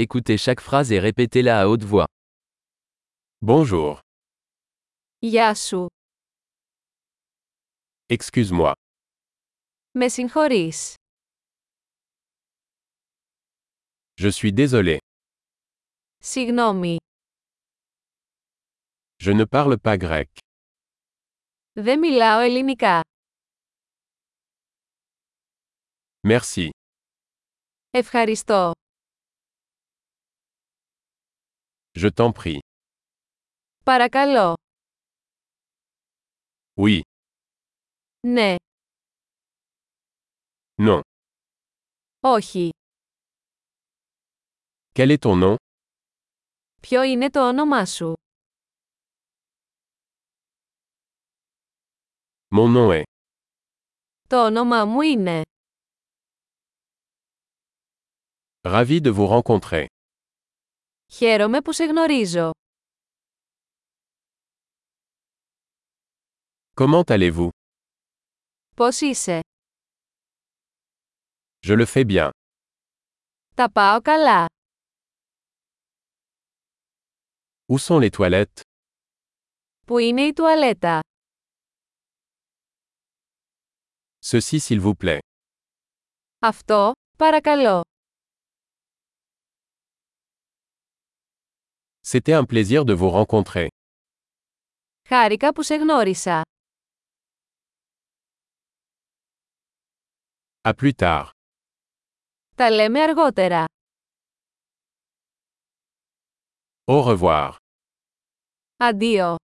Écoutez chaque phrase et répétez-la à haute voix. Bonjour. Γεια σου. Excuse-moi. Με συγχωρείς. Je suis désolé. Συγγνώμη. Je ne parle pas grec. Δεν μιλάω ελληνικά. Merci. Ευχαριστώ. Je t'en prie. Παρακαλώ. Oui. Ναι. Non. Όχι. Quel est ton nom Ποιο είναι το όνομά σου. Mon nom est. Το όνομά μου είναι. Ravi de vous rencontrer. Χαίρομαι που σε γνωρίζω. Comment allez-vous Πώς είσαι. Je le fais bien. Τα πάω καλά. Où sont les toilettes Πού είναι η τουαλέτα. Ceci s'il vous plaît. Αυτό, παρακαλώ. C'était un plaisir de vous rencontrer. Χάρηκα που σε γνώρισα. À plus tard. Τα λέμε αργότερα. Au revoir. Αντίο.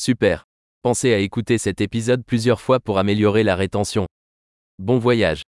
Super. Pensez à écouter cet épisode plusieurs fois pour améliorer la rétention. Bon voyage.